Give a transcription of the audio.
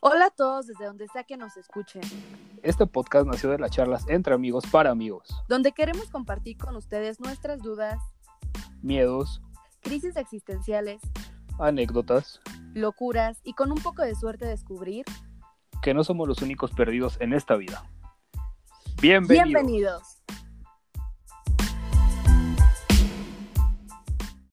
Hola a todos desde donde sea que nos escuchen, Este podcast nació de las charlas entre amigos para amigos. donde queremos compartir con ustedes nuestras dudas, Miedos, crisis existenciales, anécdotas, locuras y con un poco de suerte descubrir. que no somos los únicos perdidos en esta vida. Bienvenidos. Bienvenidos.